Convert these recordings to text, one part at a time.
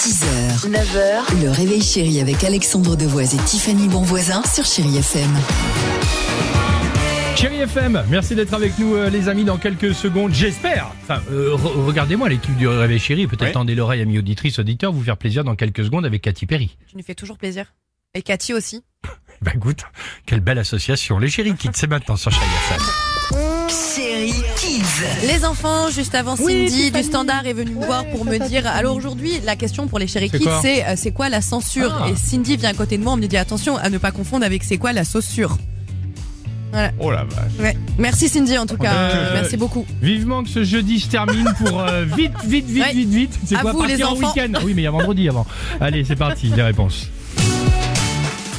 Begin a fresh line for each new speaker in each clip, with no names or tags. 6h, 9h, le réveil chéri avec Alexandre Devoise et Tiffany Bonvoisin sur Chérie FM.
Chérie FM, merci d'être avec nous euh, les amis dans quelques secondes, j'espère. Enfin, euh, re- regardez-moi l'équipe du Réveil Chéri, peut-être
Oui.
tendez l'oreille amis auditrices, auditeurs, vous faire plaisir dans quelques secondes avec Cathy Perry.
Tu nous fais toujours plaisir. Et Cathy aussi.
Bah écoute, quelle belle association, les Chéri Kids, c'est maintenant sur Chérie FM.
Chérie Kids.
Les enfants, juste avant Cindy du Standard est venue me voir pour me dire alors aujourd'hui la question pour les chéri
C'est
kids
quoi
c'est euh, c'est quoi la censure
Ah.
Et Cindy vient à côté de moi, on me dit attention à ne pas confondre avec c'est quoi la saussure.
Oh la vache.
Ouais. Merci Cindy en tout cas,
Euh,
euh, merci beaucoup.
Vivement que ce jeudi se termine pour euh, vite, vite, vite,
Ouais.
vite, vite. C'est
À
quoi
vous, les
partir en
enfants.
week-end Oui, mais il y a vendredi avant. Allez, c'est parti, les réponses.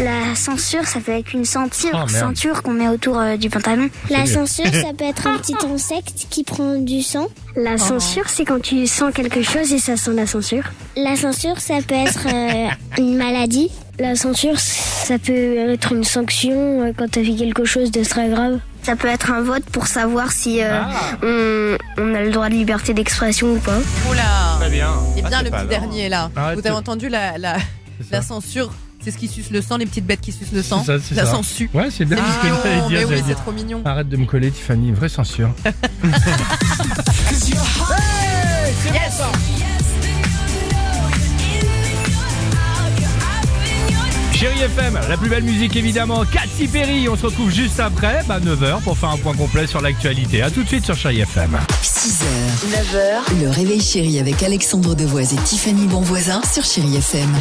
La censure, ça peut être une ceinture,
Oh, merde.
ceinture qu'on met autour euh, du pantalon.
mieux.
La censure, ça peut être un petit insecte qui prend du sang.
La censure, c'est quand tu sens quelque chose et ça sent la censure.
La censure, ça peut être euh, une maladie.
La censure, ça peut être une sanction euh, quand t'as fait quelque chose de très grave. Ça peut être un vote pour savoir si euh,
Ah.
on, on a le droit de liberté d'expression ou pas.
Oula
Très bien.
Et bien
Ah, c'est
le
pas mal.
petit dernier là.
Arrête.
Vous avez entendu la la,
C'est
la
ça.
censure, c'est ce qui suce le sang, les petites bêtes qui sucent le sang.
C'est ça, c'est
la
ça.
censure.
Ouais, Ah, c'est bien
C'est
ce que
mignon,
j'allais dire,
mais oui,
j'allais
c'est
dire.
trop mignon.
Arrête de me coller, Tiffany, une vraie censure.
Yes.
Chérie FM, la plus belle musique évidemment, Cathy Perry. On se retrouve juste après, bah 9h, pour faire un point complet sur l'actualité. A tout de suite sur Chérie FM.
6h, 9h, le réveil chéri avec Alexandre Devoise et Tiffany Bonvoisin sur Chérie FM.